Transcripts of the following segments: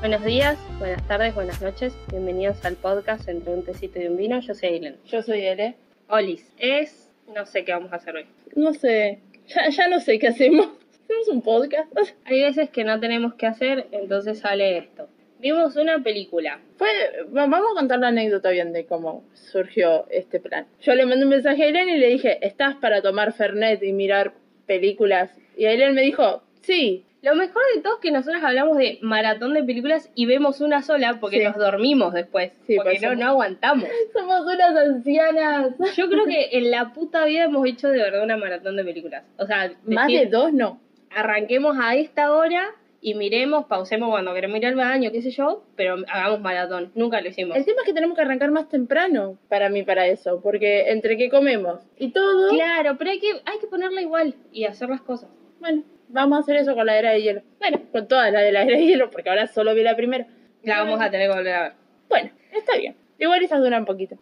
Buenos días, buenas tardes, buenas noches. Bienvenidos al podcast Entre un tecito y un vino. Yo soy Ailen. Yo soy Ere. Olis, es. No sé qué vamos a hacer hoy. No sé, ya, ya no sé qué hacemos. Hacemos un podcast. Hay veces que no tenemos qué hacer, entonces sale esto. Vimos una película. Fue, va- vamos a contar la anécdota bien de cómo surgió este plan. Yo le mandé un mensaje a Aileen y le dije, ¿estás para tomar Fernet y mirar películas? Y Aileen me dijo, sí. Lo mejor de todo es que nosotros hablamos de maratón de películas y vemos una sola porque Sí. nos dormimos después. Sí, porque no, pasamos. no aguantamos. Somos unas ancianas. Yo creo que en la puta vida hemos hecho de verdad una maratón de películas. O sea, Más decir, de dos no. arranquemos a esta hora y miremos, pausemos cuando queremos ir al baño, qué sé yo, pero hagamos maratón. Nunca lo hicimos. El tema es que tenemos que arrancar más temprano para mí, para eso. Porque entre que comemos y todo... Claro, pero hay que, hay que ponerla igual y hacer las cosas. Bueno, vamos a hacer eso con la era de hielo. Bueno, con toda la de la era de hielo, porque ahora solo vi la primera. La vamos a tener que volver a ver. Bueno, está bien. Igual esas duran poquito.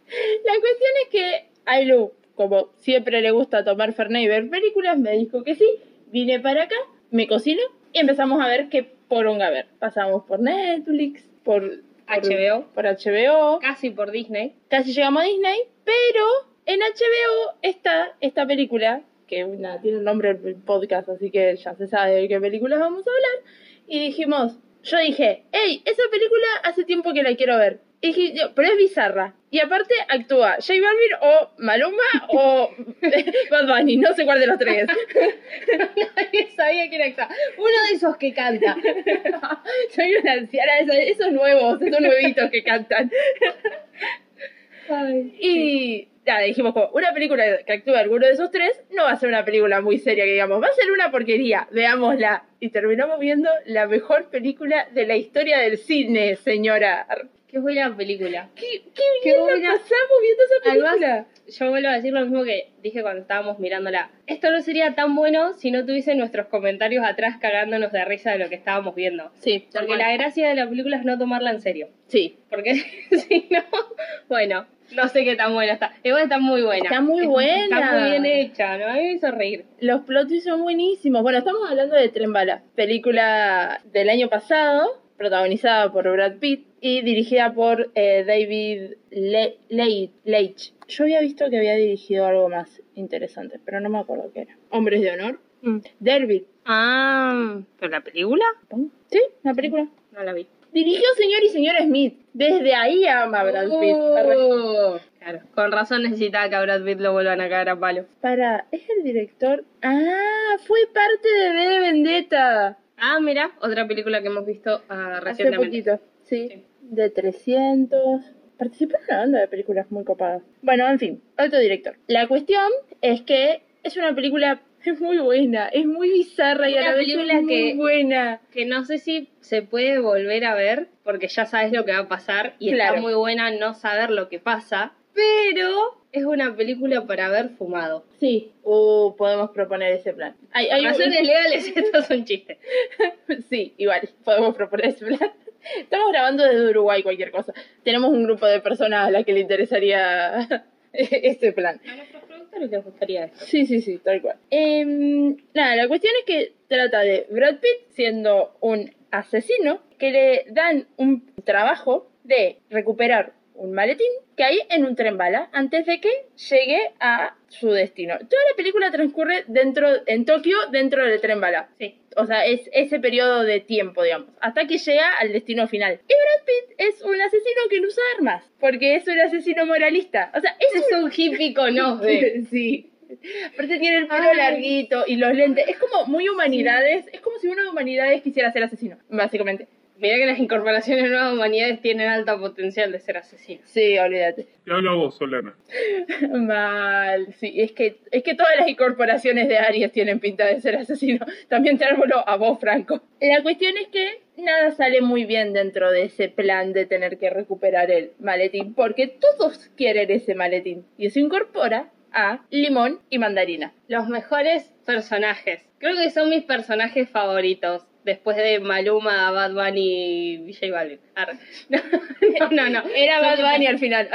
La cuestión es que Ailu, como siempre le gusta tomar Fernet y ver películas, me dijo que sí. Vine para acá, me cocino y empezamos a ver qué poronga ver. Pasamos por Netflix, por, por- HBO. por HBO. Casi por Disney. Casi llegamos a Disney, pero en HBO está esta película, que una, tiene un nombre el podcast, así que ya se sabe de qué películas vamos a hablar. Y dijimos, yo dije, hey, esa película hace tiempo que la quiero ver. Y dije, "Yo, pero es bizarra. Y aparte actúa J Balvin o Maluma o Bad Bunny, no sé cuál de los tres. Nadie sabía que era esa. Uno de esos que canta. Soy una anciana, esos, esos nuevos, esos nuevitos que cantan. Y nada, dijimos como una película que actúa alguno de esos tres no va a ser una película muy seria que digamos, va a ser una porquería, veámosla. Y terminamos viendo la mejor película de la historia del cine, señora. Qué buena película. ¿Qué, qué Qué bien la buena. pasamos viendo esa Además, película? Yo vuelvo a decir lo mismo que dije cuando estábamos mirándola. Esto no sería tan bueno si no tuviese nuestros comentarios atrás cagándonos de risa de lo que estábamos viendo. sí, Porque la gracia de la película es no tomarla en serio. sí. Porque si no, bueno, no sé qué tan buena está. Igual está muy buena. Está muy Está buena. muy bien hecha, ¿no? A mí me hizo reír. Los plot twists son buenísimos. Bueno, estamos hablando de Tren Bala, película del año pasado, protagonizada por Brad Pitt y dirigida por eh, David Le- Le- Leitch. Yo había visto que había dirigido algo más interesante, pero no me acuerdo qué era. Hombres de Honor. Derby. Ah, ¿pero la película? ¿Pum? Sí, la película. No la vi. Dirigió Señor y Señora Smith. Desde ahí ama a Brad Pitt. Uh. Arre. Claro, con razón necesitaba que a Brad Pitt lo vuelvan a cagar a palo. Para, es el director. Ah, fue parte de B de Vendetta. Ah, mira, otra película que hemos visto ah, Hace recientemente. poquito, sí. Sí. De 300. Participó en una banda de películas muy copadas. Bueno, en fin, otro director. La cuestión es que es una película es muy buena, es muy bizarra y a Una la vez es película que- muy buena. Que no sé si se puede volver a ver, porque ya sabes lo que va a pasar y está Claro. muy buena no saber lo que pasa, pero es una película para haber fumado. Sí, o podemos proponer ese plan. Hay, hay Por razones legales, esto es un chiste. Sí, igual, podemos proponer ese plan. Estamos grabando desde Uruguay cualquier cosa. Tenemos un grupo de personas a las que le interesaría este plan. A nuestros productores les gustaría esto. Sí, sí, sí, tal cual. Em, nada, la cuestión es que trata de Brad Pitt siendo un asesino que le dan un trabajo de recuperar un maletín que hay en un tren bala antes de que llegue a su destino. Toda la película transcurre dentro en Tokio dentro del tren bala. Sí. O sea, es ese periodo de tiempo, digamos, hasta que llega al destino final. Y Brad Pitt es un asesino que no usa armas, porque es un asesino moralista. O sea, es Ese es un hippie con eh. Osbe. Sí. Aparte tiene el pelo Ay. larguito y los lentes. Es como muy humanidades. Es como si uno de humanidades quisiera ser asesino, básicamente. Mirá que las incorporaciones de nuevas humanidades tienen alto potencial de ser asesinos. Sí, olvídate. Te hablo a vos, Solana. Mal. Sí, es que, es que todas las incorporaciones de Aries tienen pinta de ser asesino. También te árbolo a vos, Franco. La cuestión es que nada sale muy bien dentro de ese plan de tener que recuperar el maletín, porque todos quieren ese maletín. Y eso incorpora a limón y mandarina. Los mejores personajes. Creo que son mis personajes favoritos. Después de Maluma, Bad Bunny y J Balvin. Arre. No, no, no. Era Son Bad mis- Bunny al final.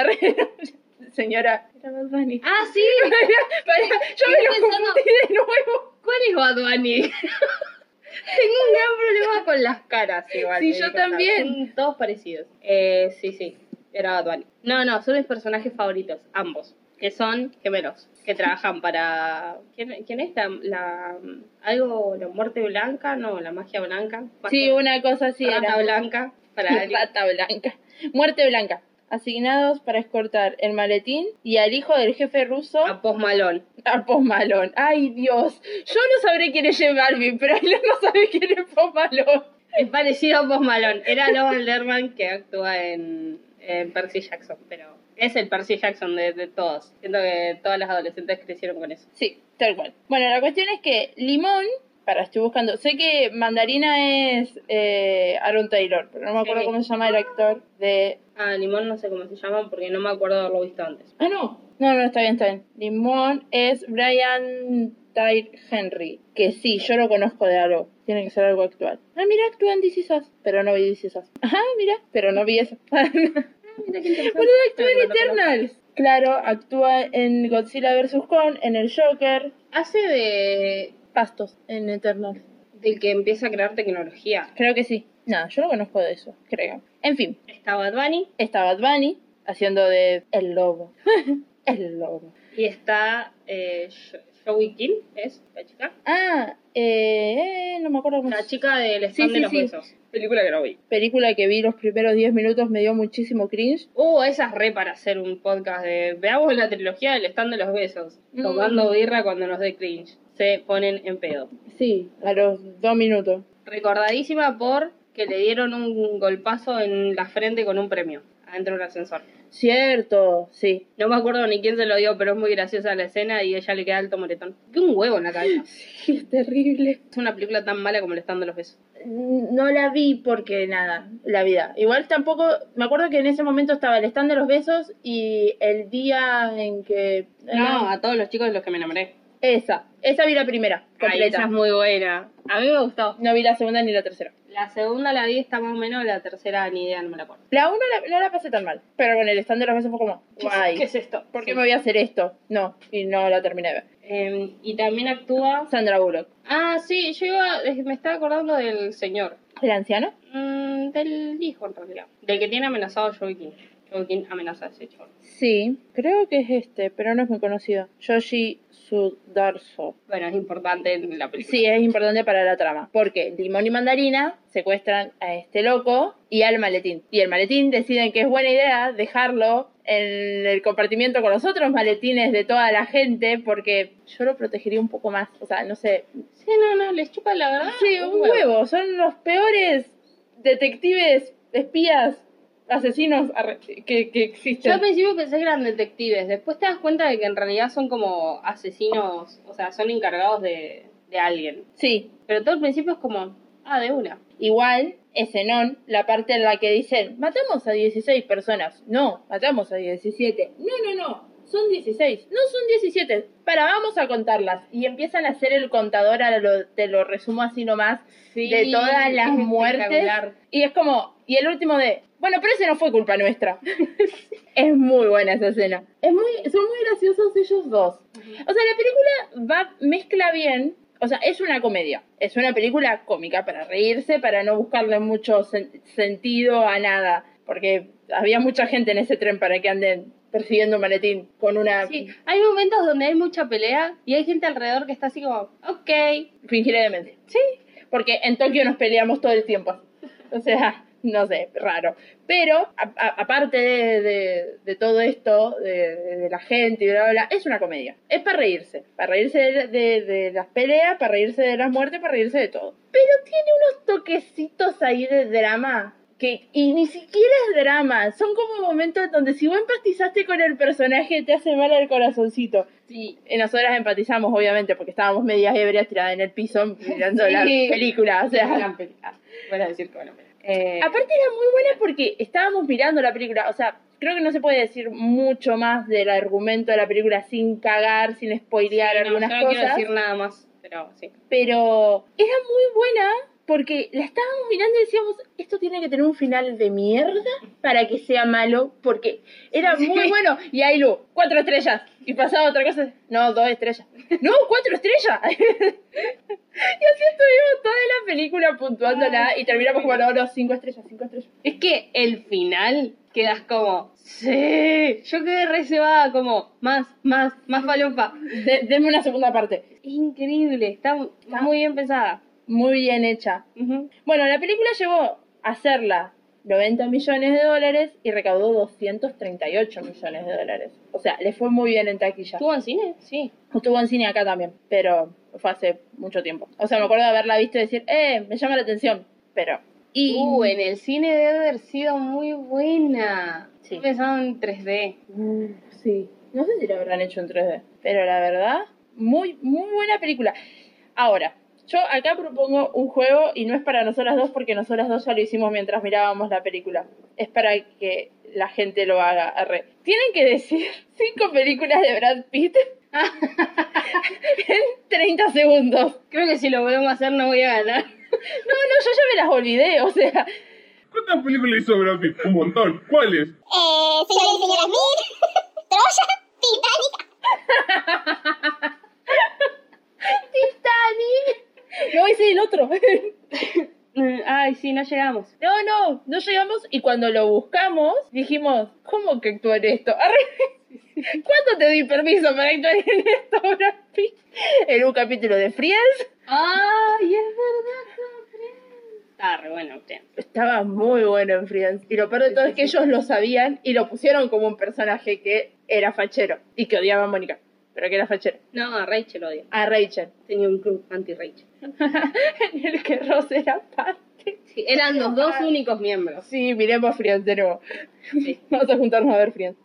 Señora. Era Bad Bunny. Ah, sí. Pará, yo me Estoy lo pensando- confundí de nuevo. ¿Cuál es Bad Bunny? Tengo un gran problema con con las caras igual. Sí, te yo digo, están- también. son todos parecidos. Eh, sí, sí, era Bad Bunny. No, no, son mis personajes favoritos, ambos. Que son gemelos, que trabajan para... ¿Quién, quién es la, la- Algo, la muerte blanca, no, la magia blanca. Sí, una cosa así Rata era. blanca para alguien. Rata blanca. Muerte blanca. Asignados para escortar el maletín y al hijo del jefe ruso, a Post Malone. a Post Malone. Ay, Dios. Yo no sabré quién es J Balvin, pero él no sabe quién es Post Malone. Es parecido a Post Malone. Era Logan Lerman que actúa en, en Percy Jackson, pero es el Percy Jackson de, de todos. Siento que todas las adolescentes crecieron con eso. Sí, tal cual. Bueno, la cuestión es que Limón, para estoy buscando, sé que Mandarina es eh, Aaron Taylor, pero no me acuerdo Sí. cómo se llama el actor de... Ah, Limón no sé cómo se llaman porque no me acuerdo haberlo visto antes. Ah, no. No, no, está bien, está bien. Limón es Brian Tyre Henry, que sí, yo lo conozco de algo. Tiene que ser algo actual. Ah, mira, actúa en This Is Us, pero no vi This Is Us. Ajá, mira, pero no vi eso. Boludo, actúa en Eternals. Claro, actúa en Godzilla vs. Kong, en El Joker. Hace de Pastos en Eternals. del que empieza a crear tecnología. Creo que sí. No, yo no conozco de eso, creo. En fin, Está Bad Bunny está Bad Bunny haciendo de el lobo. el lobo. y está eh, Jo- Joey King, es la chica. Ah, eh, no me acuerdo cómo La se chica del stand de Sí, sí, los sí. besos. Película que no vi. Película que vi los primeros 10 minutos me dio muchísimo cringe. Uh, esa es re para hacer un podcast de. Veamos la trilogía del stand de los besos. Mm. Tomando birra cuando nos dé cringe. Se ponen en pedo. Sí, a los 2 minutos. Recordadísima por que le dieron un golpazo en la frente con un premio. Adentro de un ascensor. Cierto, sí. No me acuerdo ni quién se lo dio, pero es muy graciosa la escena y ella le queda alto moretón. Que un huevo en la cabeza. Sí, es terrible. Es una película tan mala como el stand de los besos. No la vi porque nada, la vida. Igual tampoco, me acuerdo que en ese momento estaba el stand de los besos y el día en que... No, a todos los chicos de los que me enamoré. Esa, esa vi la primera, Ay, completa. esa es muy buena. A mí me gustó. No vi la segunda ni la tercera. La segunda la vi, está más o menos, la tercera ni idea, no me la acuerdo. La uno la- no la pasé tan mal, pero con el stand de los besos fue como, ¿Qué es- guay, ¿Qué es esto? ¿por qué Sí. me voy a hacer esto? No, y no la terminé de ver. Eh, y también actúa. Sandra Bullock. Ah, sí, yo iba, eh, me estaba acordando del señor. ¿El anciano? Mm, del hijo, en realidad. Del que tiene amenazado a Joaquín. Joaquín amenaza a ese chorro. Sí, creo que es este, pero no es muy conocido. Yoshi Sudarso. Bueno, es importante en la película. Sí, es importante para la trama, porque Limón y Mandarina secuestran a este loco y al maletín. Y el maletín deciden que es buena idea dejarlo en el compartimiento con los otros maletines de toda la gente, porque yo lo protegería un poco más. O sea, no sé, Sí, no, no, les chupa la verdad. Sí, Ah, un huevo. Son los peores detectives, espías, asesinos arre- que, que Yo al existen. principio pensé que eran detectives, después te das cuenta de que en realidad son como asesinos, o sea, son encargados de, de alguien. Sí, Pero todo al principio es como, ah, de una. igual es Zenón la parte en la que dicen, matamos a 16 personas. No, matamos a 17. No, no, no. Son 16, no son 17. Para, vamos a contarlas. Y empiezan a hacer el contador, a lo, te lo resumo así nomás. Sí, de todas las es muertes. espectacular. Y es como, y el último de, bueno, pero ese no fue culpa nuestra. es muy buena esa escena. Es muy, son muy graciosos ellos dos. O sea, la película va, mezcla bien. O sea, es una comedia. Es una película cómica para reírse, para no buscarle mucho sen- sentido a nada. Porque había mucha gente en ese tren para que anden persiguiendo un maletín con una. Ah, Sí, hay momentos donde hay mucha pelea y hay gente alrededor que está así como, ok, Fingir demencia. Sí. Porque en Tokio nos peleamos todo el tiempo. O sea, no sé, raro. Pero, a- a- aparte de, de- de todo esto, de, de- de la gente y bla, bla, bla, es una comedia. Es para reírse. Para reírse de, de- de las peleas, para reírse de las muertes, para reírse de todo. Pero tiene unos toquecitos ahí de drama. Que, y ni siquiera es drama, son como momentos donde si vos empatizaste con el personaje te hace mal el corazoncito. sí, Y nosotras empatizamos, obviamente, porque estábamos medias ebrias tiradas en el piso mirando Sí. la película. O sea, gran pelea. Voy a decir que buena pelea. Eh, aparte era muy buena porque estábamos mirando la película. O sea, creo que no se puede decir mucho más del argumento de la película sin cagar, sin spoilear sí, no, algunas yo no quiero cosas. decir nada más, pero sí. Pero era muy buena Porque la estábamos mirando y decíamos, esto tiene que tener un final de mierda para que sea malo, porque era muy bueno. Y ahí lo, cuatro estrellas. Y pasaba otra cosa, no, dos estrellas. No, cuatro estrellas. y así estuvimos toda la película puntuándola y terminamos como, no, no, cinco estrellas, cinco estrellas. Es que el final quedas como, sí, yo quedé recebada como, más, más, más falopa. De- denme una segunda parte. Increíble, está, está muy bien pensada. Muy bien hecha. Ujú. Bueno, la película llevó a hacerla 90 millones de dólares y recaudó 238 millones de dólares. O sea, le fue muy bien en taquilla. ¿Estuvo en cine? Sí. Estuvo en cine acá también, pero fue hace mucho tiempo. O sea, me acuerdo de haberla visto y decir, eh, me llama la atención, pero... Y... Uh, en el cine debe haber sido muy buena. Sí. Sí. Pensado en 3D. Uh, sí. No sé si lo habrán hecho en 3D, pero la verdad, muy, muy buena película. Ahora, yo acá propongo un juego y no es para nosotras dos porque nosotras dos ya lo hicimos mientras mirábamos la película. Es para que la gente lo haga. arre. Tienen que decir cinco películas de Brad Pitt en 30 segundos. Creo que si lo volvemos a hacer no voy a ganar. No, no, yo ya me las olvidé, o sea, ¿Cuántas películas hizo Brad Pitt? Un montón. ¿Cuáles? Eh, señora y señora Smith, Troya, Titanic. Titanic. No, ese es el otro. Mm, Ay, sí, no llegamos. No, no, no llegamos y cuando lo buscamos dijimos, ¿cómo que actuar esto? Arre, ¿Cuándo te di permiso para actuar en esto, Brad Pitt? En un capítulo de Friends. Ay, es verdad, Gabriel. Está re bueno usted. Estaba muy bueno en Friends. Y lo peor de todo es que ellos lo sabían y lo pusieron como un personaje que era fachero y que odiaba a Mónica, pero que era fachero. No, a Rachel odio. A Rachel, Tenía un club anti-Rachel. en el que Ross era parte. Sí, eran los dos Ah. únicos miembros. Sí, miremos Friends de nuevo. Sí, Vamos a juntarnos a ver Friends.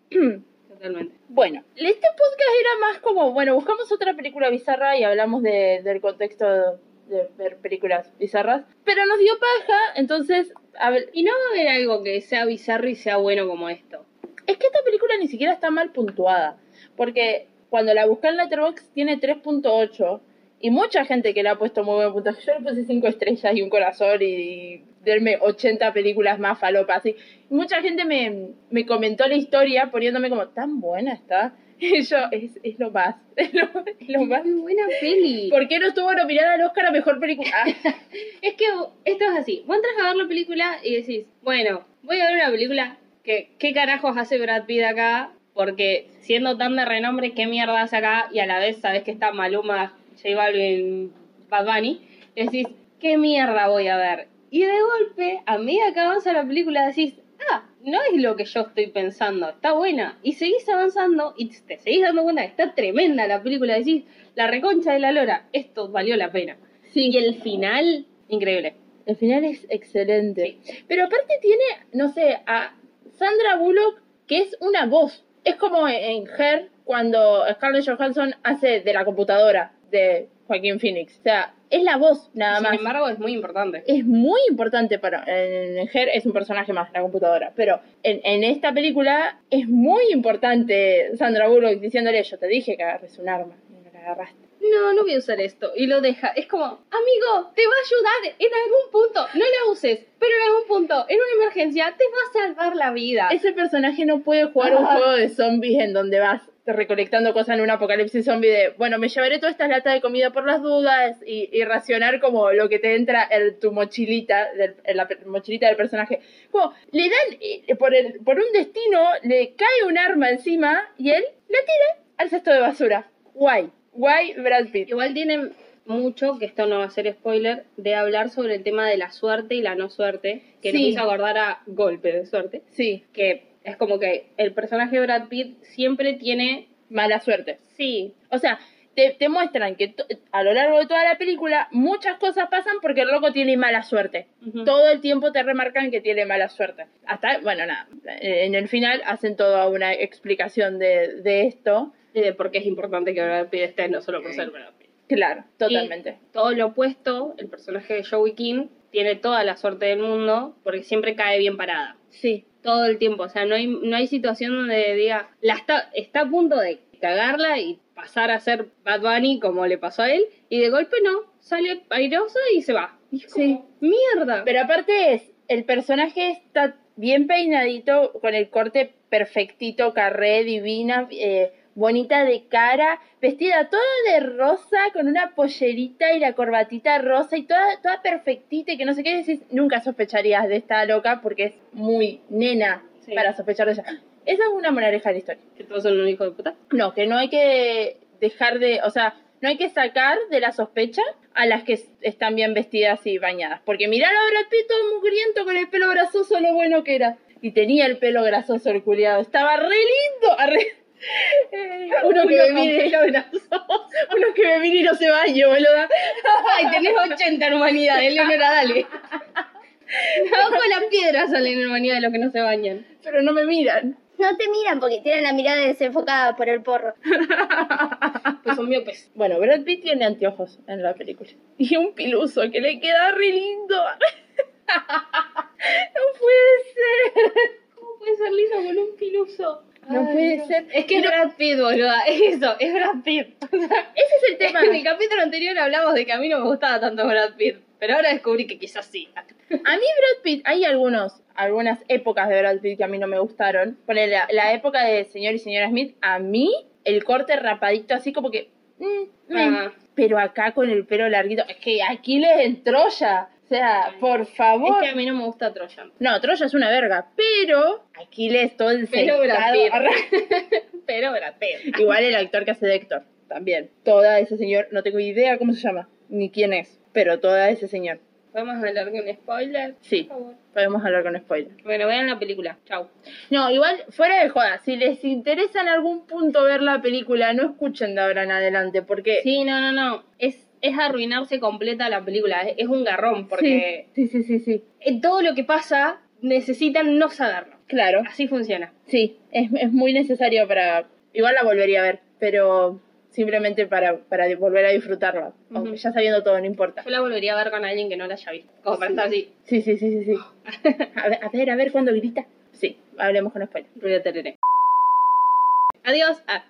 totalmente. Bueno, este podcast era más como, bueno, buscamos otra película bizarra y hablamos de- del contexto de ver películas bizarras, pero nos dio paja, entonces, a ver, Y no va a haber algo que sea bizarro y sea bueno como esto. es que esta película ni siquiera está mal puntuada, porque cuando la busqué en Letterboxd tiene 3.8 y mucha gente que le ha puesto muy buen puntaje, yo le puse 5 estrellas y un corazón y, y denme 80 películas más falopas, así. Y mucha gente me, me comentó la historia poniéndome como, tan buena está. Y yo, es, es lo más, es lo, es lo más. Muy buena peli. ¿Por qué no estuvo nominada al Oscar a Mejor Película? Ah, Es que esto es así. Vos entras a ver la película y decís, bueno, voy a ver una película que qué carajos hace Brad Pitt acá, porque siendo tan de renombre, qué mierda hace acá, y a la vez sabés que está Maluma, J Balvin, Bad Bunny, decís, qué mierda voy a ver. Y de golpe, a medida que avanza la película, decís, ah, no es lo que yo estoy pensando, está buena. Y seguís avanzando y te seguís dando cuenta que está tremenda la película, decís, la reconcha de la lora, esto valió la pena. sí, Y el final, increíble. el final es excelente. Pero aparte tiene, no sé, a Sandra Bullock, que es una voz. Es como en Her, cuando Scarlett Johansson hace de la computadora de Joaquín Phoenix. O sea, es la voz nada Sin más. embargo, es muy importante. es muy importante para en Her es un personaje más la computadora pero en, en esta película es muy importante Sandra Bullock diciéndole yo te dije que agarres un arma y no la agarraste No, no voy a usar esto. Y lo deja. Es como, amigo, te va a ayudar en algún punto. No la uses, pero en algún punto, en una emergencia, te va a salvar la vida. Ese personaje no puede jugar un Ah. juego de zombies en donde vas recolectando cosas en un apocalipsis zombie de, bueno, me llevaré todas estas latas de comida por las dudas y, y racionar como lo que te entra en tu mochilita, del- en la per- mochilita del personaje. Como, le dan, eh, por, el, por un destino, le cae un arma encima y él la tira al cesto de basura. Guay, guay Brad Pitt. Igual tienen mucho, que esto no va a ser spoiler, de hablar sobre el tema de la suerte y la no suerte, que Sí. nos hizo acordar a golpe de suerte. Sí, Que es como que el personaje de Brad Pitt siempre tiene. mala suerte. Sí, O sea, te, te muestran que to- a lo largo de toda la película muchas cosas pasan porque el loco tiene mala suerte. Ujú. Todo el tiempo te remarcan que tiene mala suerte. Hasta, bueno, nada, en el final hacen toda una explicación de, de esto. eh, porque es importante que Brad Pitt esté, no solo por ser Brad Pitt. Claro, totalmente. todo lo opuesto, el personaje de Joey King tiene toda la suerte del mundo porque siempre cae bien parada. Sí, Todo el tiempo. O sea, no hay, no hay situación donde diga, la está, está a punto de cagarla y pasar a ser Bad Bunny como le pasó a él. Y de golpe no, sale airosa y se va. Y es como, ¡Mierda! Pero aparte es, el personaje está bien peinadito, con el corte perfectito, carré, divina, eh, bonita de cara, vestida toda de rosa, con una pollerita y la corbatita rosa y toda, toda perfectita y que no sé qué decís, nunca sospecharías de esta loca porque es muy nena Sí. para sospechar de ella. Esa es una moraleja de la historia. que todos son un hijo de puta. No, que no hay que dejar de, o sea, no hay que sacar de la sospecha a las que s- están bien vestidas y bañadas. Porque mirar a Brad Pitt todo mugriento con el pelo grasoso, lo bueno que era. Y tenía el pelo grasoso el culiado. Estaba re lindo. arre- Eh, uno, que me con mire, pelo grasoso. uno que me mire y no se baño, boluda. Ay, tenés 80 en humanidad, Eleonora, dale. Abajo las piedras salen en humanidad de los que no se bañan. Pero no me miran. No te miran porque tienen la mirada desenfocada por el porro. Pues son miopes. Bueno, Brad Pitt tiene anteojos en la película. Y un piluso que le queda re lindo. no puede ser. ¿Cómo puede ser liso con un piluso? No Ay, puede Dios. ser. Es que es Brad Pitt, boluda. Es eso, es Brad Pitt. O sea, Ese es el tema. en el capítulo anterior hablamos de que a mí no me gustaba tanto Brad Pitt. Pero ahora descubrí que quizás sí. A mí Brad Pitt, hay algunos, algunas épocas de Brad Pitt que a mí no me gustaron. Poner la, la época de señor y señora Smith, a mí el corte rapadito así como que... mm, me- Ah. Pero acá con el pelo larguito, es que aquí les entró ya. O sea, por Es favor. que a mí no me gusta Trojan. No, Troya es una verga, pero Aquiles todo el Pero Brad secado, arra- Pitt. Pero Brad Pitt. Igual el actor que hace de Héctor, también. Toda ese señor, no tengo idea cómo se llama, ni quién es, pero toda ese señor. ¿Podemos hablar de un spoiler? Sí. Por favor. Podemos hablar con spoiler. Bueno, vean la película. Chau. No, igual, fuera de joda, si les interesa en algún punto ver la película, no escuchen de ahora en adelante, porque... Sí, no, no, no. Es, es arruinarse completa la película. Es, es un garrón porque Sí, sí, sí, sí, sí. eh, todo lo que pasa necesitan no saberlo. Claro, Así funciona. sí, es, es muy necesario para... Igual la volvería a ver, pero simplemente para, para volver a disfrutarla, aunque ya sabiendo todo, no importa. Yo la volvería a ver con alguien que no la haya visto. Como para estar así. Sí, sí, sí, sí, sí. A ver, a ver, a ver cuándo grita. Sí, hablemos con spoiler. Ruido tereré. Adiós. Ah,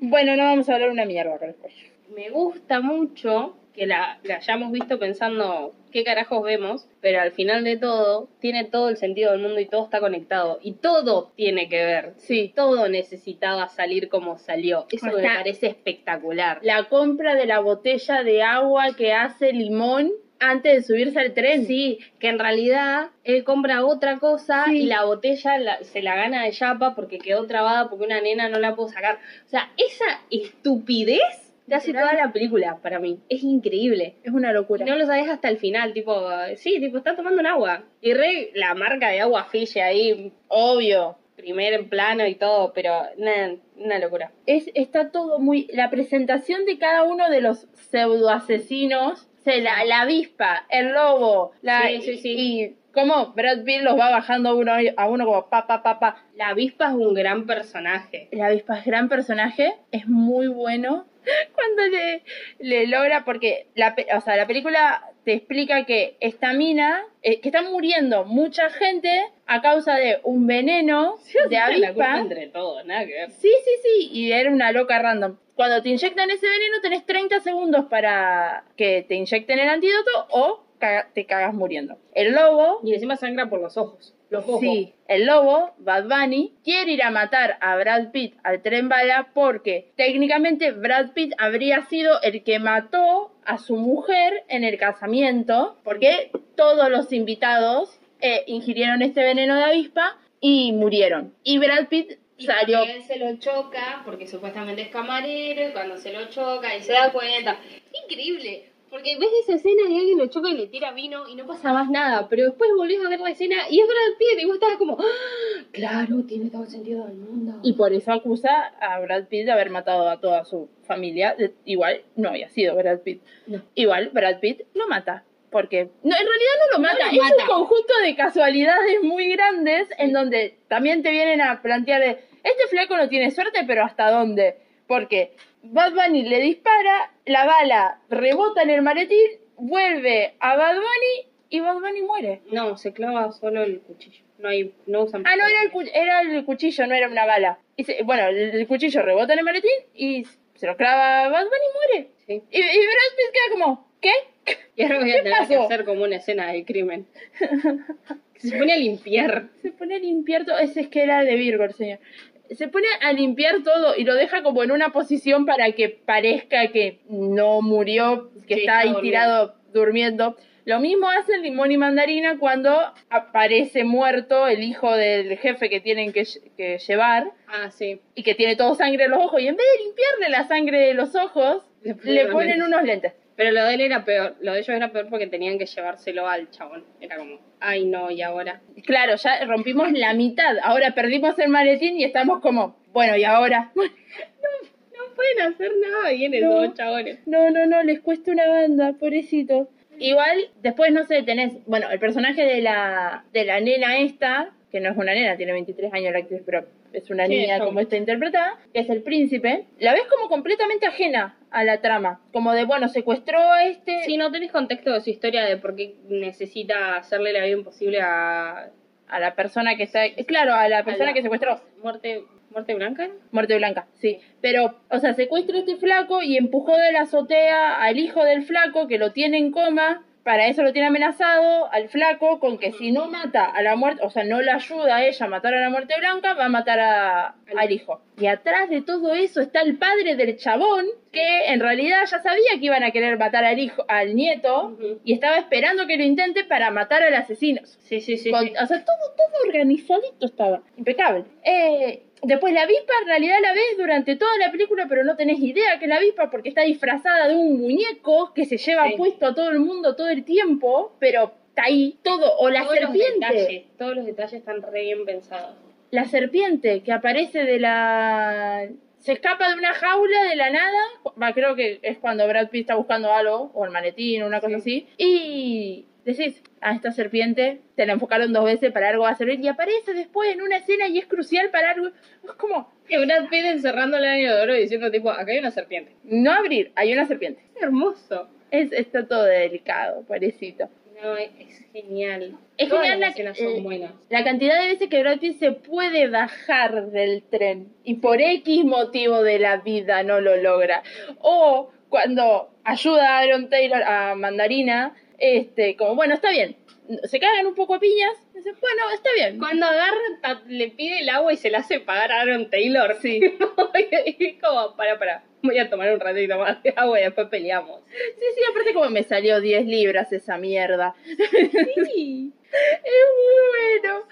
Bueno, no vamos a hablar una mierda con spoiler. me gusta mucho que la, la hayamos visto pensando qué carajos vemos, pero al final de todo tiene todo el sentido del mundo y todo está conectado. Y todo tiene que ver. Sí. Todo necesitaba salir como salió. Eso me Está- parece espectacular. La compra de la botella de agua que hace Limón antes de subirse al tren. Sí, que en realidad él compra otra cosa y Sí. la botella la- se la gana de chapa porque quedó trabada porque una nena no la pudo sacar. O sea, esa estupidez te hace Literal. toda la película para mí. Es increíble. Es una locura. No lo sabes hasta el final, tipo, sí, tipo, está tomando un agua. Y re la marca de agua Fiji ahí, Obvio. primer en plano y todo, pero nada, una locura. Es, está todo muy... La presentación de cada uno de los pseudo asesinos. la, la avispa, el lobo, la... Sí, sí, sí. Y cómo Brad Pitt los va bajando a uno, a uno como pa, pa, pa, pa. La avispa es un gran personaje. La avispa es gran personaje, es muy bueno. Cuando le, le logra, porque la, pe- o sea, la película te explica que esta mina, eh, que está muriendo mucha gente a causa de un veneno de Echan la culpa avispa. entre todos, nada que ver. Sí, sí, sí, y era una loca random. Cuando te inyectan ese veneno tenés 30 segundos para que te inyecten el antídoto o caga- te cagas muriendo. El lobo Y encima sangra por los ojos. Los ojos. Sí, el lobo, Bad Bunny, quiere ir a matar a Brad Pitt al tren bala porque técnicamente Brad Pitt habría sido el que mató a su mujer en el casamiento porque todos los invitados eh, ingirieron este veneno de avispa y murieron. Y Brad Pitt Y salió... porque él se lo choca, porque supuestamente es camarero, y cuando se lo choca y se da cuenta. Increíble, porque ves esa escena y alguien lo choca y le tira vino y no pasa más nada, pero después volvés a ver la escena y es Brad Pitt y vos estás como, "Ah, claro, tiene todo el sentido del mundo. Y por eso acusa a Brad Pitt de haber matado a toda su familia. De- Igual no había sido Brad Pitt. No. Igual Brad Pitt lo mata. Porque no, en realidad no lo mata. lo es mata. un conjunto de casualidades muy grandes en donde también te vienen a plantear de, este flaco no tiene suerte, pero ¿hasta dónde? Porque Bad Bunny le dispara, la bala rebota en el maletín, vuelve a Bad Bunny y Bad Bunny muere. No, se clava solo el cuchillo, no hay, no usan Ah, no, era el, cu- era el cuchillo, no era una bala. Y se- bueno, el, el cuchillo rebota en el maletín y se lo clava a Batman y muere. Sí. Y, y Brad Pitt queda como, ¿qué? Y ahora voy a tener que pasó? hacer como una escena de crimen. Se pone a limpiar. Se pone a limpiar todo. Ese es que era de Virgo el señor. Se pone a limpiar todo y lo deja como en una posición para que parezca que no murió, que Sí, está ahí está durmiendo. tirado durmiendo. Lo mismo hace el limón y mandarina cuando aparece muerto el hijo del jefe que tienen que, lle- que llevar Ah, sí. y que tiene todo sangre en los ojos. Y en vez de limpiarle la sangre de los ojos, Le ponen le unos ponen lentes. unos lentes. Pero lo de él era peor. Lo de ellos era peor porque tenían que llevárselo al chabón. Era como, ay no, y ahora. Claro, ya rompimos la mitad. Ahora perdimos el maletín y estamos como, bueno, ¿y ahora? No pueden hacer nada bien esos No. dos chabones. No, no, no, les cuesta una banda, pobrecito. Igual, después no sé, tenés, bueno, el personaje de la, de la nena esta, que no es una nena, tiene 23 años la actriz, pero es una Sí, niña es como joven. está interpretada, que es el príncipe, la ves como completamente ajena a la trama, como de, bueno, secuestró a este... Si no tenés contexto de su historia de por qué necesita hacerle la vida imposible a A la persona que está... eh, Claro, a la persona la- que secuestró. muerte, muerte blanca. Muerte Blanca, sí. Pero, o sea, secuestra a este flaco y empujó de la azotea al hijo del flaco que lo tiene en coma. Para eso lo tiene amenazado al flaco con que si no mata a la muerte, o sea, no le ayuda a ella a matar a la muerte blanca, va a matar a- al hijo. Y atrás de todo eso está el padre del chabón, que en realidad ya sabía que iban a querer matar al hijo, al nieto, Ujú. y estaba esperando que lo intente para matar al asesino. Sí, sí, sí. Con- sí. O sea, todo, todo organizadito estaba. Impecable. Eh, después la avispa, en realidad la ves durante toda la película, pero no tenés idea que es la avispa porque está disfrazada de un muñeco que se lleva Sí. puesto a todo el mundo todo el tiempo, pero está ahí todo. O la Todos los serpiente. detalles, todos los detalles están re bien pensados. La serpiente que aparece de la... Se escapa de una jaula de la nada. Va, creo que es cuando Brad Pitt está buscando algo, o el maletín, o una cosa así. Y decís, a esta serpiente te la enfocaron dos veces para algo va a servir. Y aparece después en una escena y es crucial para algo. Es como, Y Brad Pitt encerrando el año de oro diciendo tipo, acá hay una serpiente. no abrir, hay una serpiente. Es hermoso. Es, está todo delicado, pobrecito. No, es, es genial. Es Todas genial las la- escenas eh, son buenas. La cantidad de veces que Brad Pitt se puede bajar del tren y por X motivo de la vida no lo logra. O cuando ayuda a Aaron Taylor, a Mandarina, este, como bueno, está bien. Se cagan un poco a piñas. dice, bueno, está bien. Cuando agarra, ta- le pide el agua y se la hace pagar a Aaron Taylor. Sí. y es como, para, para, voy a tomar un ratito más de agua y después peleamos. Sí, sí, aparte como me salió 10 libras esa mierda. Sí. Es muy bueno.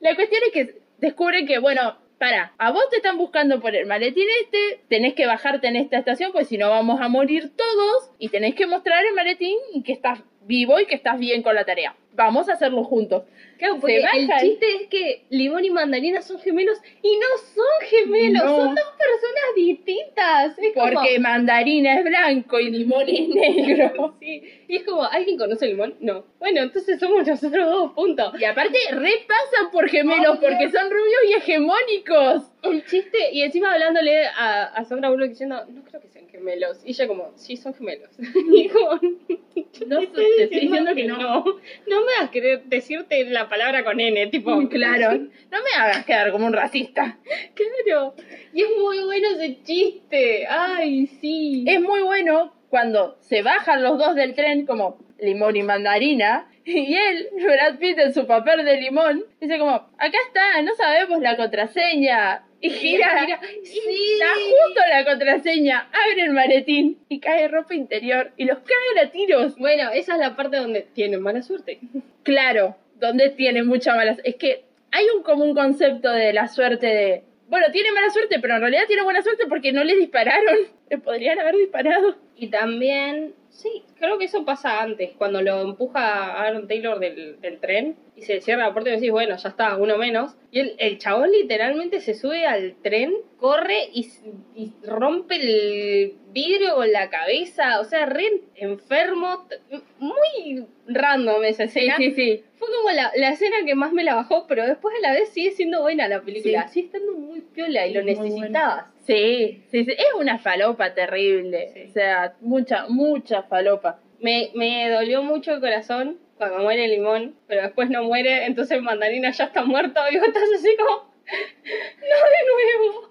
La cuestión es que descubren que, bueno, para, a vos te están buscando por el maletín este, tenés que bajarte en esta estación, pues si no vamos a morir todos y tenés que mostrar el maletín y que estás vivo y que estás bien con la tarea. Vamos a hacerlo juntos. Claro, porque Se el bajan. chiste es que Limón y Mandarina son gemelos y no son gemelos, No. son dos personas distintas. Es como- Porque mandarina es blanco y limón es negro. Sí. Y es como, ¿alguien conoce a Limón? No. Bueno, entonces somos nosotros dos, punto. Y aparte repasan por gemelos Oh, porque Dios. son rubios y hegemónicos. El chiste, y encima hablándole a, a Sandra Bullock diciendo, no creo que sean gemelos. Y ella como, sí, son gemelos. Y como, No te sé, te estoy diciendo que no. no. No me hagas querer decirte la palabra con N, tipo. Claro, no me hagas quedar como un racista. Claro. Y es muy bueno ese chiste. Ay, sí. Es muy bueno cuando se bajan los dos del tren como limón y mandarina y él, Brad Pitt en su papel de limón, dice como, acá está, no sabemos la contraseña. Y gira, gira. y Sí. está justo la contraseña, abre el maletín y cae ropa interior y los caen a tiros. Bueno, esa es la parte donde tienen mala suerte. Claro, donde tiene mucha mala Es que hay un común concepto de la suerte de. Bueno, tiene mala suerte, pero en realidad tiene buena suerte porque no le dispararon. Le podrían haber disparado. Y también, sí, creo que eso pasa antes, cuando lo empuja Aaron Taylor del, del tren y se cierra la puerta y decís, bueno, ya está, uno menos. Y el, el chabón literalmente se sube al tren, corre y, s- y rompe el vidrio con la cabeza, o sea, re enfermo, t- muy random esa escena. sí. Fue como la, la escena que más me la bajó, pero después a la vez sigue siendo buena la película, Sí. sigue estando muy piola y lo Muy buena. necesitabas. Sí, sí, sí, es una falopa terrible. Sí. O sea, mucha, mucha falopa. Me, me dolió mucho el corazón cuando muere Limón, pero después no muere, entonces Mandarina ya está muerto y vos estás así como, no de nuevo.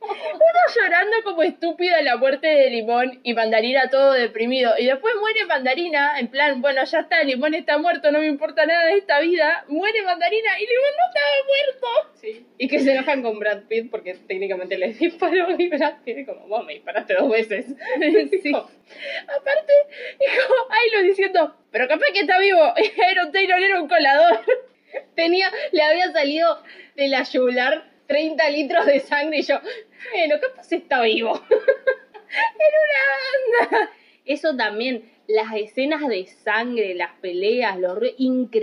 Uno llorando como estúpida la muerte de Limón y Mandarina todo deprimido. Y después muere Mandarina, en plan, bueno, ya está, Limón está muerto, no me importa nada de esta vida. Muere Mandarina y Limón no estaba muerto. Sí. Y que se enojan con Brad Pitt porque técnicamente les disparó y Brad Pitt es como, vos me disparaste dos veces. Sí. Aparte, dijo Ailo diciendo, pero capaz que está vivo. Y Aaron Taylor era un colador. Tenía, le había salido de la yugular 30 litros de sangre y yo, bueno, capaz está vivo. Era una banda. Eso también, las escenas de sangre, las peleas, los ruidos,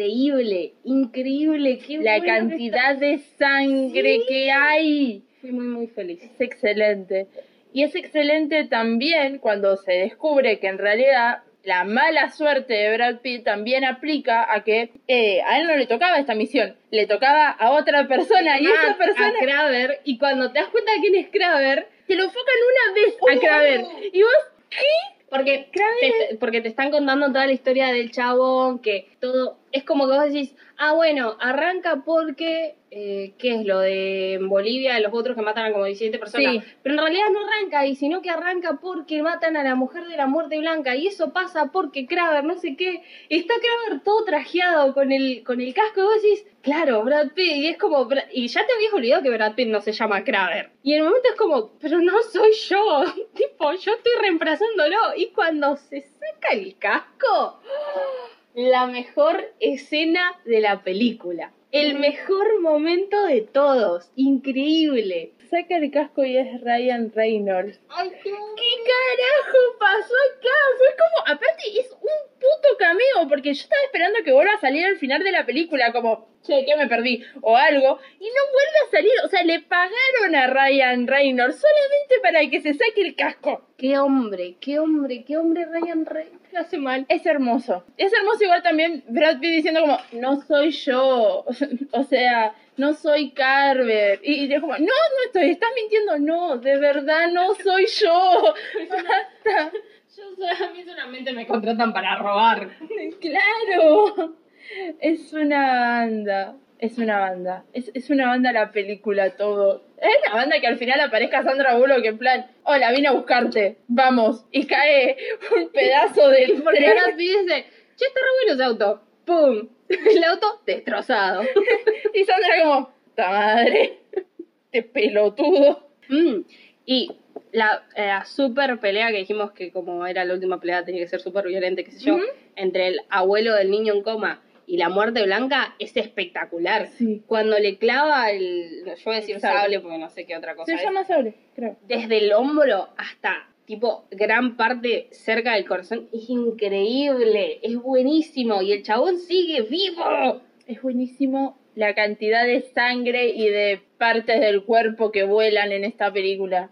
increíble, increíble. Qué La bueno que cantidad de sangre que hay. está. Fui muy, muy feliz. Es excelente. Y es excelente también cuando se descubre que en realidad la mala suerte de Brad Pitt también aplica a que eh, a él no le tocaba esta misión, le tocaba a otra persona y Ah, esa persona A Kraber, y cuando te das cuenta de quién es Kraber, te lo enfocan una vez ¡Uh! a Kramer. Y vos, ¿qué? Porque te, porque te están contando toda la historia del chabón, que todo. Es como que vos decís, ah, bueno, arranca porque. eh, ¿Qué es lo de en Bolivia, los otros que matan a como 17 personas? Sí. Pero en realidad no arranca ahí, sino que arranca porque matan a la mujer de la muerte blanca. Y eso pasa porque Kramer, no sé qué. Está Kramer todo trajeado con el, con el casco. Y vos decís, claro, Brad Pitt. Y es como. Bra- Y ya te habías olvidado que Brad Pitt no se llama Kramer. Y en el momento es como, pero no soy yo. tipo, yo estoy reemplazándolo. Y cuando se saca el ¡Oh! casco. La mejor escena de la película. El mejor momento de todos. Increíble. Saca el casco y es Ryan Reynolds. Ay, ¿Qué carajo pasó acá? Fue como, aparte es un puto cameo, porque yo estaba esperando que vuelva a salir al final de la película, como, che, que me perdí, o algo, y no vuelve a salir, o sea, le pagaron a Ryan Reynolds solamente para que se saque el casco. Qué hombre, qué hombre, qué hombre Ryan Reynolds lo hace mal. Es hermoso. Es hermoso igual también Brad Pitt diciendo como, no soy yo, o sea, no soy Carver. Y, y yo como, no, no estoy, estás mintiendo, no, de verdad no soy yo. Basta. Yo a mí solamente me contratan para robar. Claro, es una banda, es una banda, es, es una banda la película todo. Es una banda que al final aparezca Sandra Bullock en plan, hola, vine a buscarte, vamos, y cae un pedazo del Porque tren. ahora sí dice, che, está re bueno ese auto. ¡Pum! El auto destrozado. y Sandra como, ta madre, te pelotudo. Mm, Y la, eh, la super pelea que dijimos que como era la última pelea tenía que ser súper violenta, qué sé yo, Ujú. entre el abuelo del niño en coma y la muerte blanca es espectacular. Sí. Cuando le clava el... Yo voy a decir El sable. sable porque no sé qué otra cosa Se es. llama Sable, creo. desde el hombro hasta tipo gran parte cerca del corazón es increíble, es buenísimo y el chabón sigue vivo. Es buenísimo la cantidad de sangre y de partes del cuerpo que vuelan en esta película.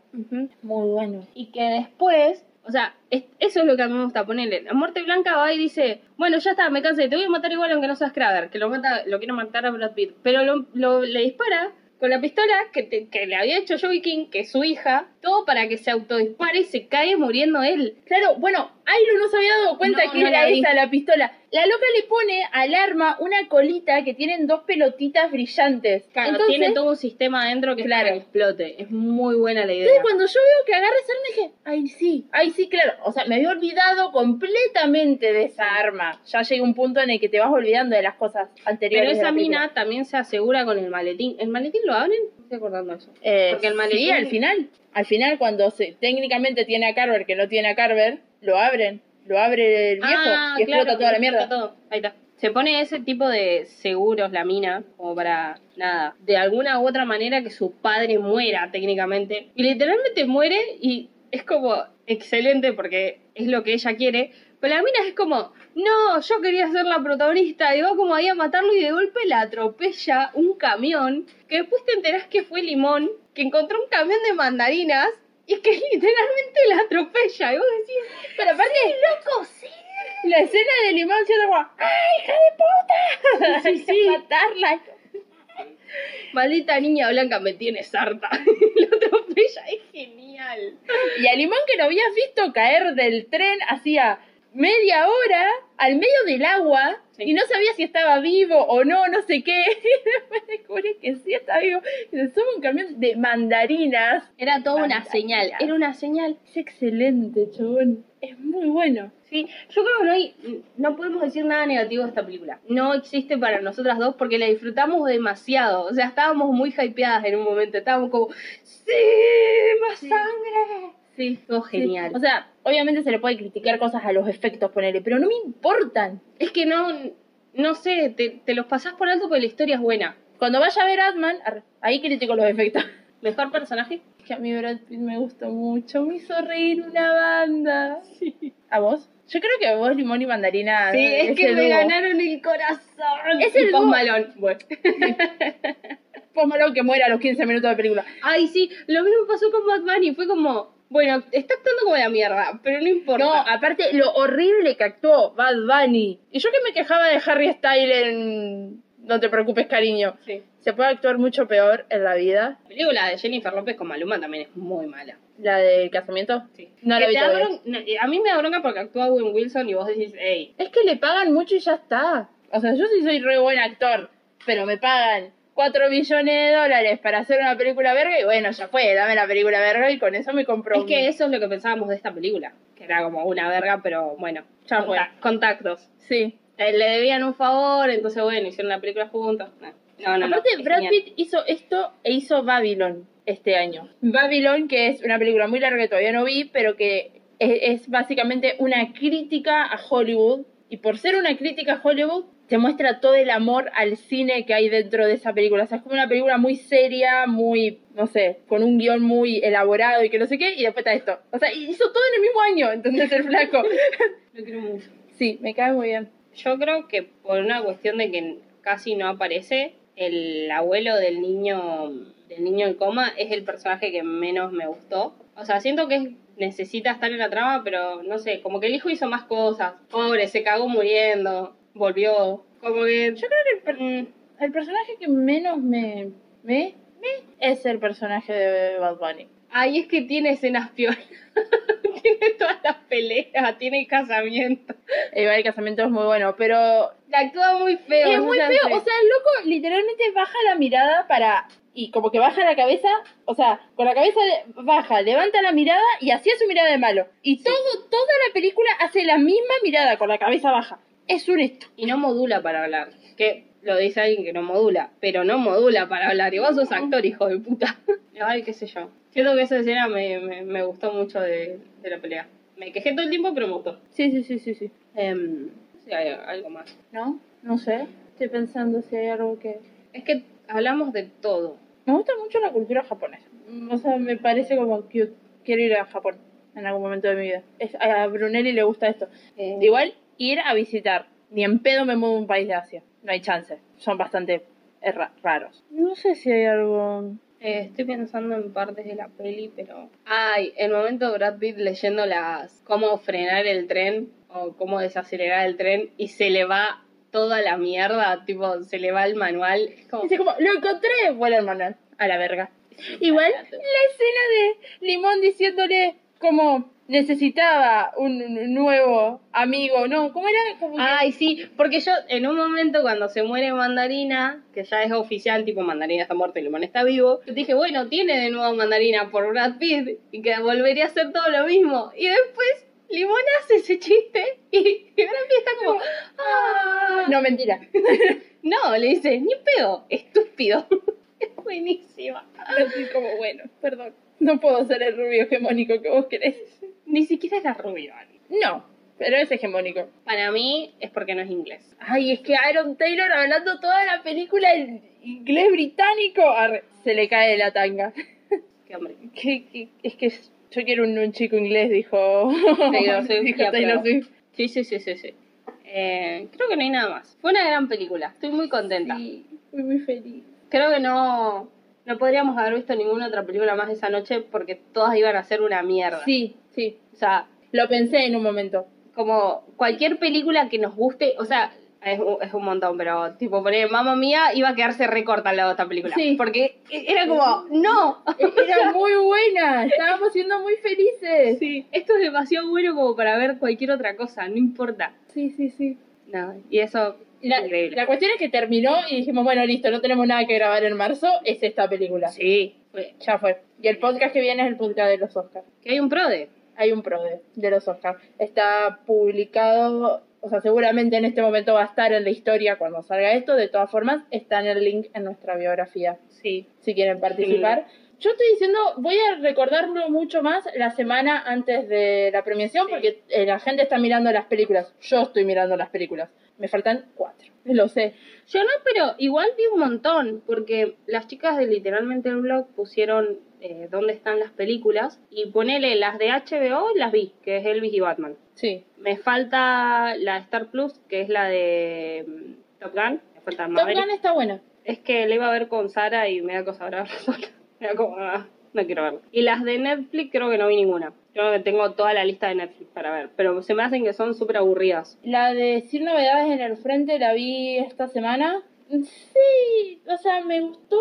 Muy bueno. Y que después, o sea, es- eso es lo que a mí me gusta ponerle. La muerte blanca va y dice, bueno, ya está, me cansé, te voy a matar igual aunque no seas Kraber, que lo mata, lo quiero matar a Brad Pitt, pero lo, lo- le dispara con la pistola que, te- que le había hecho Joey King, que es su hija, todo para que se autodispare y se cae muriendo él. Claro, bueno, Airo no se había dado cuenta No, que no era la vi. esa la pistola. La loca le pone al arma una colita que tienen dos pelotitas brillantes. Claro, Entonces, tiene todo un sistema adentro que es Claro. para que explote. Es muy buena la idea. entonces cuando yo veo que agarra esa arma dije, ay sí, ay sí, claro. O sea, me había olvidado completamente de esa arma. Ya llega un punto en el que te vas olvidando de las cosas anteriores. Pero de esa la película. mina también se asegura con el maletín. ¿El maletín lo abren? No estoy acordando de eso. Eh, porque el sí, maletín- al final, al final cuando se, técnicamente tiene a Carver que no tiene a Carver, lo abren, lo abre el viejo Ah, y explota claro, toda la explota mierda. todo. Ahí está. Se pone ese tipo de seguros la mina, como para nada. De alguna u otra manera que su padre muera técnicamente. Y literalmente muere y es como excelente porque es lo que ella quiere. Pero la mina es como, no, yo quería ser la protagonista y va como ahí a matarlo y de golpe la atropella un camión que después te enterás que fue Limón, que encontró un camión de mandarinas y que literalmente la atropella. Y vos decís, Pero aparte, loco, sí, La escena de Limón siendo como, ¡ay, hija de puta! Sí, sí, sí. Matarla. Maldita niña blanca me tiene sarta. La atropella es genial. Y a Limón que lo habías visto caer del tren hacía, media hora al medio del agua Sí. y no sabía si estaba vivo o no, no sé qué. Y después descubrí que sí está vivo. Y se sube un camión de mandarinas. Era toda una Fantástica. señal, era una señal. Es excelente, chabón. Es muy bueno. Sí, yo creo que no, hay, no podemos decir nada negativo de esta película. No existe para nosotras dos porque la disfrutamos demasiado. O sea, estábamos muy hypeadas en un momento. Estábamos como, ¡Sí! ¡Más Sí. sangre! Sí, todo genial. O sea, obviamente se le puede criticar cosas a los efectos, ponele, pero no me importan. es que no, no sé, te, te los pasás por alto porque la historia es buena. Cuando vaya a ver Atman, arre, ahí critico los efectos. ¿Mejor personaje? Es que a mí Brad Pitt me gustó mucho, me hizo reír una banda. ¿A vos? Yo creo que a vos, Limón y Mandarina. ese dúo. ganaron el corazón. Es el Y Post dúo. Post Malone que muera a los 15 minutos de película. Ay, sí, lo mismo pasó con Batman y fue como, bueno, está actuando como la mierda, pero no importa. Ah, No, aparte, lo horrible que actuó Bad Bunny. Y yo que me quejaba de Harry Styles en. No te preocupes, cariño. Sí. Se puede actuar mucho peor en la vida. La película de Jennifer López con Maluma también es muy mala. La del casamiento. Sí. No la Que vi te da todavía. bron- no, eh, a mí me da bronca porque actúa Owen Wilson y vos decís, hey, Es que le pagan mucho y ya está. O sea, yo sí soy re buen actor, pero me pagan 4 millones de dólares para hacer una película verga y bueno, ya fue, dame la película verga y con eso me compro. es un- que eso es lo que pensábamos de esta película, que era como una verga, pero bueno, Ya Conta- fue. contactos. Sí. Eh, le debían un favor, entonces bueno, hicieron la película juntos. No, no, no, Aparte, es Brad genial. Pitt hizo esto e hizo Babylon este año. Babylon, que es una película muy larga que todavía no vi, pero que es, es básicamente una crítica a Hollywood. Y por ser una crítica a Hollywood, te muestra todo el amor al cine que hay dentro de esa película. O sea, es como una película muy seria, muy, no sé, con un guión muy elaborado y que no sé qué, y después está esto. O sea, hizo todo en el mismo año, ¿entendés? El flaco. Lo quiero mucho. Sí, me cae muy bien. Yo creo que por una cuestión de que casi no aparece, el abuelo del niño del niño en coma es el personaje que menos me gustó. O sea, siento que es- necesita estar en la trama, pero no sé, como que el hijo hizo más cosas. Pobre, se cagó muriendo, volvió. Como que yo creo que mm, el per- El personaje que menos me... ¿Me? ¿Me? Es el personaje de Bad Bunny. Ay, es que tiene escenas peores. tiene todas las peleas, tiene el casamiento. Igual el casamiento es muy bueno, pero... La actúa muy feo. es yo muy ya feo, sé. o sea, el loco literalmente baja la mirada para... Y como que baja la cabeza, o sea, con la cabeza le- baja, levanta la mirada y así es su mirada de malo. Y todo, toda la película hace la misma mirada con la cabeza baja. Es un esto. y no modula para hablar. Que lo dice alguien que no modula, pero no modula para hablar. Y vos sos actor, hijo de puta. Ay, qué sé yo. Siento que esa escena me, me, me gustó mucho de, de la pelea. Me quejé todo el tiempo, pero me gustó. Sí, sí, sí, sí, sí. Em, sí, hay algo más. ¿No? No sé. Estoy pensando si hay algo que... Es que hablamos de todo. Me gusta mucho la cultura japonesa. Mm, O sea, me parece como cute. Quiero ir a Japón en algún momento de mi vida. Es- a Brunelli le gusta esto. Eh, Igual ir a visitar. Ni en pedo me muevo a un país de Asia. No hay chance. Son bastante erra- raros. No sé si hay algo. eh, estoy pensando en partes de la peli, pero. Ay, el momento de Brad Pitt leyendo las. cómo frenar el tren o cómo desacelerar el tren y se le va toda la mierda, tipo, se le va el manual. Es como. Dice como, lo encontré, vuela el manual. A la verga. Igual la escena de Limón diciéndole como necesitaba un un nuevo amigo. No, ¿cómo era? Como que- Ay, sí, porque yo en un momento cuando se muere Mandarina, que ya es oficial, tipo Mandarina está muerto y Limón está vivo, yo dije, bueno, tiene de nuevo Mandarina por Brad Pitt y que volvería a hacer todo lo mismo. Y después Limón hace ese chiste y, y Brad Pitt está como, ah, No, mentira. no, le dice, ni pedo, estúpido. es buenísima. Así como, bueno, perdón. No puedo ser el rubio hegemónico que vos querés. Ni siquiera es la rubia. Ani. No, pero es hegemónico. Para mí es porque no es inglés. Ay, es que Aaron Taylor hablando toda la película en inglés británico. Arre, se le cae la tanga. Qué hombre. Que- que- es que yo quiero un, un chico inglés, dijo Taylor Swift, dijo ya, Taylor pero- Swift. Sí, sí, sí, sí, sí. Eh, creo que no hay nada más. Fue una gran película, estoy muy contenta. Sí, fui muy feliz. Creo que no, no podríamos haber visto ninguna otra película más esa noche porque todas iban a ser una mierda. Sí, sí. O sea, Lo pensé en un momento. como cualquier película que nos guste, o sea, Es, un- es un montón, pero tipo, poner mamá mía iba a quedarse recorta al lado de esta película. Sí. Porque era como, no. E-, Era muy buena, estábamos siendo muy felices. Sí, esto es demasiado bueno como para ver cualquier otra cosa, no importa. Sí, sí, sí. No, y eso, La, increíble. la cuestión es que terminó y dijimos, bueno, listo, no tenemos nada que grabar en marzo, es esta película. sí, fue- Ya fue. Y el podcast que viene es el podcast de los Oscars. que hay un pro de. Hay un pro de, de los Oscars. Está publicado, o sea, seguramente en este momento va a estar en la historia cuando salga esto. De todas formas, está en el link en nuestra biografía, Sí, si quieren participar. Yo estoy diciendo, voy a recordarlo mucho más la semana antes de la premiación, Sí. porque eh, la gente está mirando las películas. Yo estoy mirando las películas. Me faltan cuatro. Lo sé. Yo no, pero igual vi un montón, porque las chicas de literalmente el blog pusieron eh, dónde están las películas y ponele las de HBO, las vi, que es Elvis y Batman. Sí. Me falta la de Star Plus, que es la de mm, Top Gun. Me falta Top Maverick. Gun está buena. Es que la iba a ver con Sara y me da cosa ahora verla sola. Me da como, ah, no quiero verla. Y las de Netflix creo que no vi ninguna. Creo que tengo toda la lista de Netflix para ver, pero se me hacen que son súper aburridas. La de Sin Novedades en el Frente la vi esta semana. Sí, o sea, me gustó.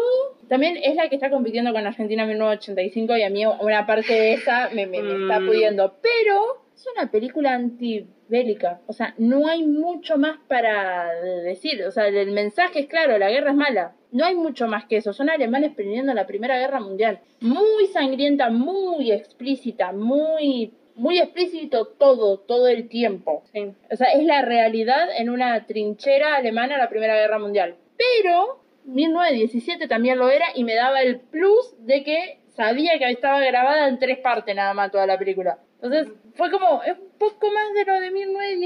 También es la que está compitiendo con Argentina 1985 y a mí una parte de esa me, me- me está Mm. pudiendo. Pero es una película antibélica. O sea, no hay mucho más para de- decir. O sea, el mensaje es claro, la guerra es mala. No hay mucho más que eso. Son alemanes perdiendo la Primera Guerra Mundial. Muy sangrienta, muy explícita, muy, muy explícito todo, todo el tiempo. Sí. O sea, es la realidad en una trinchera alemana de la Primera Guerra Mundial. Pero 1917 también lo era y me daba el plus de que sabía que estaba grabada en tres partes nada más toda la película. Entonces fue como es un poco más de lo de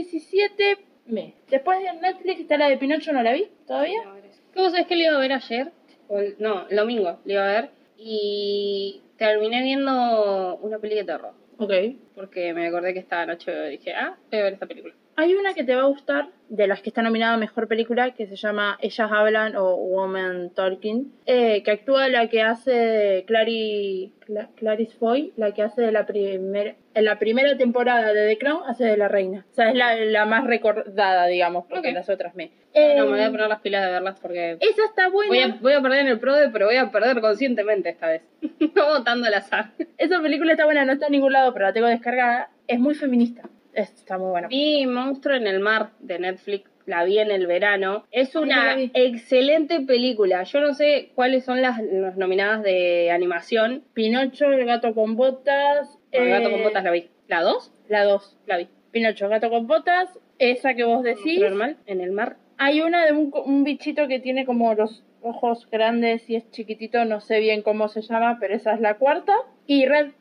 1917. Me. Después de Netflix está la de Pinocho, no la vi todavía. ¿Qué vos sabés que le iba a ver ayer? O el- no, el domingo le iba a ver. Y terminé viendo una peli de terror. Ok. Porque me acordé que estaba en HBO y dije, ah, voy a ver esta película. Hay una que te va a gustar, de las que está nominada a Mejor Película, que se llama Ellas Hablan o Woman Talking, eh, que actúa la que hace de Clary, Cla- Clarice Foy, la que hace de la, primer, en la primera temporada de The Crown, hace de la reina. O sea, es la, la más recordada, digamos, porque Ok. las otras me... no, me voy Eh, a poner las pilas de verlas porque... Esa está buena. Voy a, voy a perder en el PRODE, pero voy a perder conscientemente esta vez. no votando al azar. Esa película está buena, no está en ningún lado, pero la tengo descargada. Es muy feminista. Está muy buena. Vi Monstruo en el Mar de Netflix, la vi en el verano. Es no la una vi. excelente película. Yo no sé cuáles son las, las nominadas de animación. Pinocho, El Gato con Botas. El gato eh, con botas la vi. ¿La dos? La dos. La vi. Pinocho, gato con botas, esa que vos decís. Monstruo normal en el mar. Hay una de un, co- un bichito que tiene como los ojos grandes y es chiquitito, no sé bien cómo se llama, pero esa es la cuarta. Y Red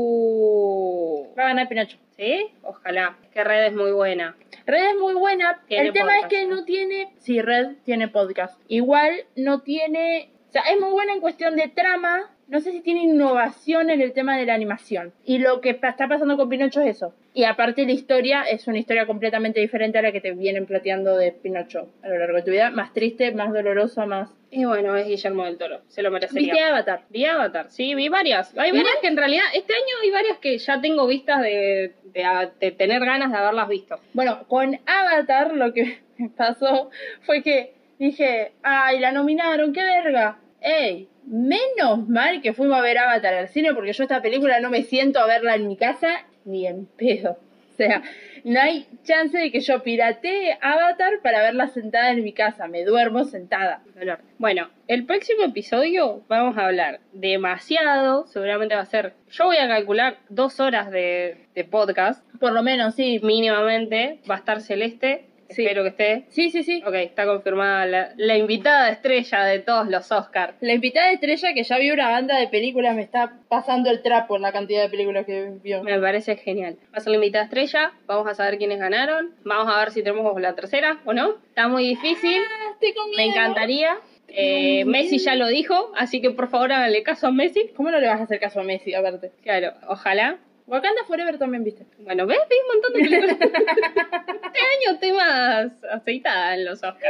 Uh, va a ganar Pinocho. ¿Sí? Ojalá. Es que Red es muy buena. Red es muy buena, Tiene el tema podcast, es que ¿no? no tiene... Sí, Red tiene podcast. Igual no tiene... O sea, es muy buena en cuestión de trama, no sé si tiene innovación en el tema de la animación. Y lo que pa- está pasando con Pinocho es eso. Y aparte la historia es una historia completamente diferente a la que te vienen plateando de Pinocho a lo largo de tu vida. Más triste, más dolorosa, más... Y bueno, es Guillermo del Toro. Se lo merecería. ¿Viste Avatar? Vi Avatar, sí, vi varias. Hay Igual- varias que en realidad, este año hay varias que ya tengo vistas de, de, a- de tener ganas de haberlas visto. Bueno, con Avatar lo que me pasó fue que dije, ay, la nominaron, qué verga. Ey, menos mal que fuimos a ver Avatar al cine porque yo esta película no me siento a verla en mi casa ni en pedo. O sea, no hay chance de que yo piratee Avatar para verla sentada en mi casa. Me duermo sentada. Dolor. Bueno, el próximo episodio vamos a hablar demasiado, seguramente va a ser, yo voy a calcular dos horas de, de podcast, Por lo menos, sí. mínimamente, va a estar Celeste, Sí. espero que esté. Sí, sí, sí. Ok, está confirmada la, la invitada estrella de todos los Oscars. La invitada estrella que ya vio una banda de películas me está pasando el trapo en la cantidad de películas que vio. Me parece genial. Va a ser la invitada estrella, vamos a saber quiénes ganaron, vamos a ver si tenemos la tercera o no. Está muy difícil. Ah, Estoy con Me miedo. encantaría. Eh, Messi ya lo dijo, así que por favor háganle caso a Messi. ¿Cómo no le vas a hacer caso a Messi, aparte? Claro, ojalá. Wakanda Forever también viste. Bueno, ¿ves? Vi un montón de películas. Este año estoy más aceitada en los Oscars.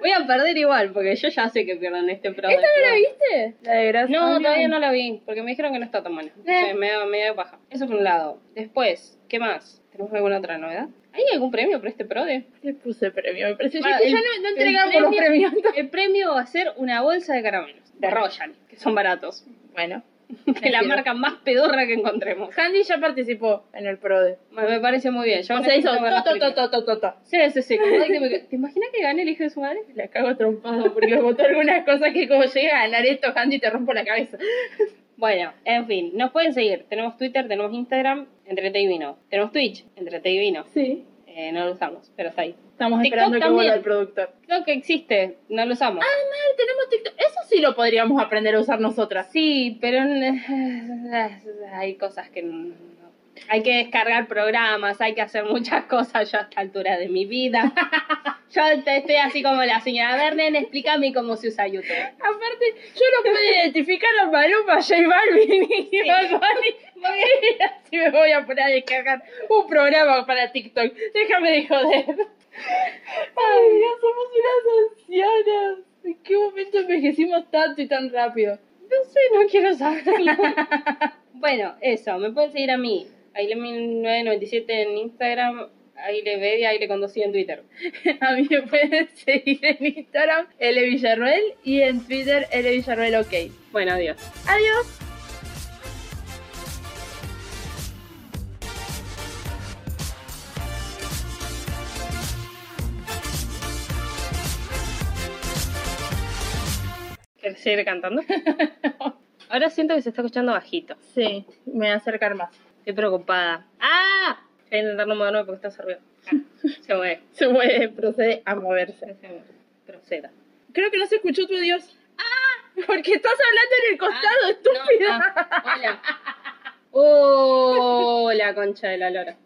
Voy a perder igual, porque yo ya sé que pierdo en este programa. ¿Esta no la viste? La de Grass No, Onion. todavía no la vi, porque me dijeron que no está tan buena. Eh. O sea, me, da, me da paja. Eso por un lado. Después, ¿qué más? ¿Tenemos alguna otra novedad? ¿Hay algún premio para este PRODE? Le puse premio, me parece. Bueno, que el- ya no, no el entregan por los premio- premios. El premio va a ser una bolsa de caramelos, de Royal, que son baratos. Bueno, Que la Entiendo. marca más pedorra que encontremos. Handy ya participó en el PRODE. Me, me parece muy bien. Yo O sea, necesito hizo ver las to, to, to, películas. to, to, to. Sí, sí, sí. como hay que me- ¿Te imaginas que gane el hijo de su madre? La cago trompado porque votó algunas cosas que como llegue a ganar esto, Handy, te rompo la cabeza. Bueno, en fin, nos pueden seguir. Tenemos Twitter, tenemos Instagram, Entrete y Vino. Tenemos Twitch, Entrete y Vino. Sí. Eh, no lo usamos, pero está ahí. Estamos TikTok esperando que vuelva también. el productor. Creo que existe, no lo usamos. Ah, tenemos TikTok. Eso sí lo podríamos aprender a usar nosotras. Sí, pero eh, hay cosas que no- no. Hay que descargar programas, hay que hacer muchas cosas yo a esta altura de mi vida. Yo te- estoy así como la señora Vernon, explícame cómo se usa YouTube. Aparte, yo no puedo identificar a Maluma, a J Balvin y Sí. Bad Bunny. Porque así me voy a poner a descargar un programa para TikTok. Déjame de joder. Ay, Dios, somos unas ancianas. ¿En qué momento envejecimos tanto y tan rápido? No sé, no quiero saberlo. bueno, eso, me pueden seguir a mí, Aile1997 en Instagram, Aile Aile en Twitter. A mí me pueden seguir en Instagram, L Villarroel, y en Twitter, L Villarroel OK. Bueno, adiós. Adiós. ¿Querés seguir cantando? Ahora siento que se está escuchando bajito. Sí, me voy a acercar más. Estoy preocupada. ¡Ah! Voy a intentar no moverme porque está sorbido. Ah, Se mueve. Se mueve, procede a moverse. Se mueve. Proceda. Creo que no se escuchó tu adiós. ¡Ah! Porque estás hablando en el costado, estúpida. Hola. ¡Oh! La concha de la lora.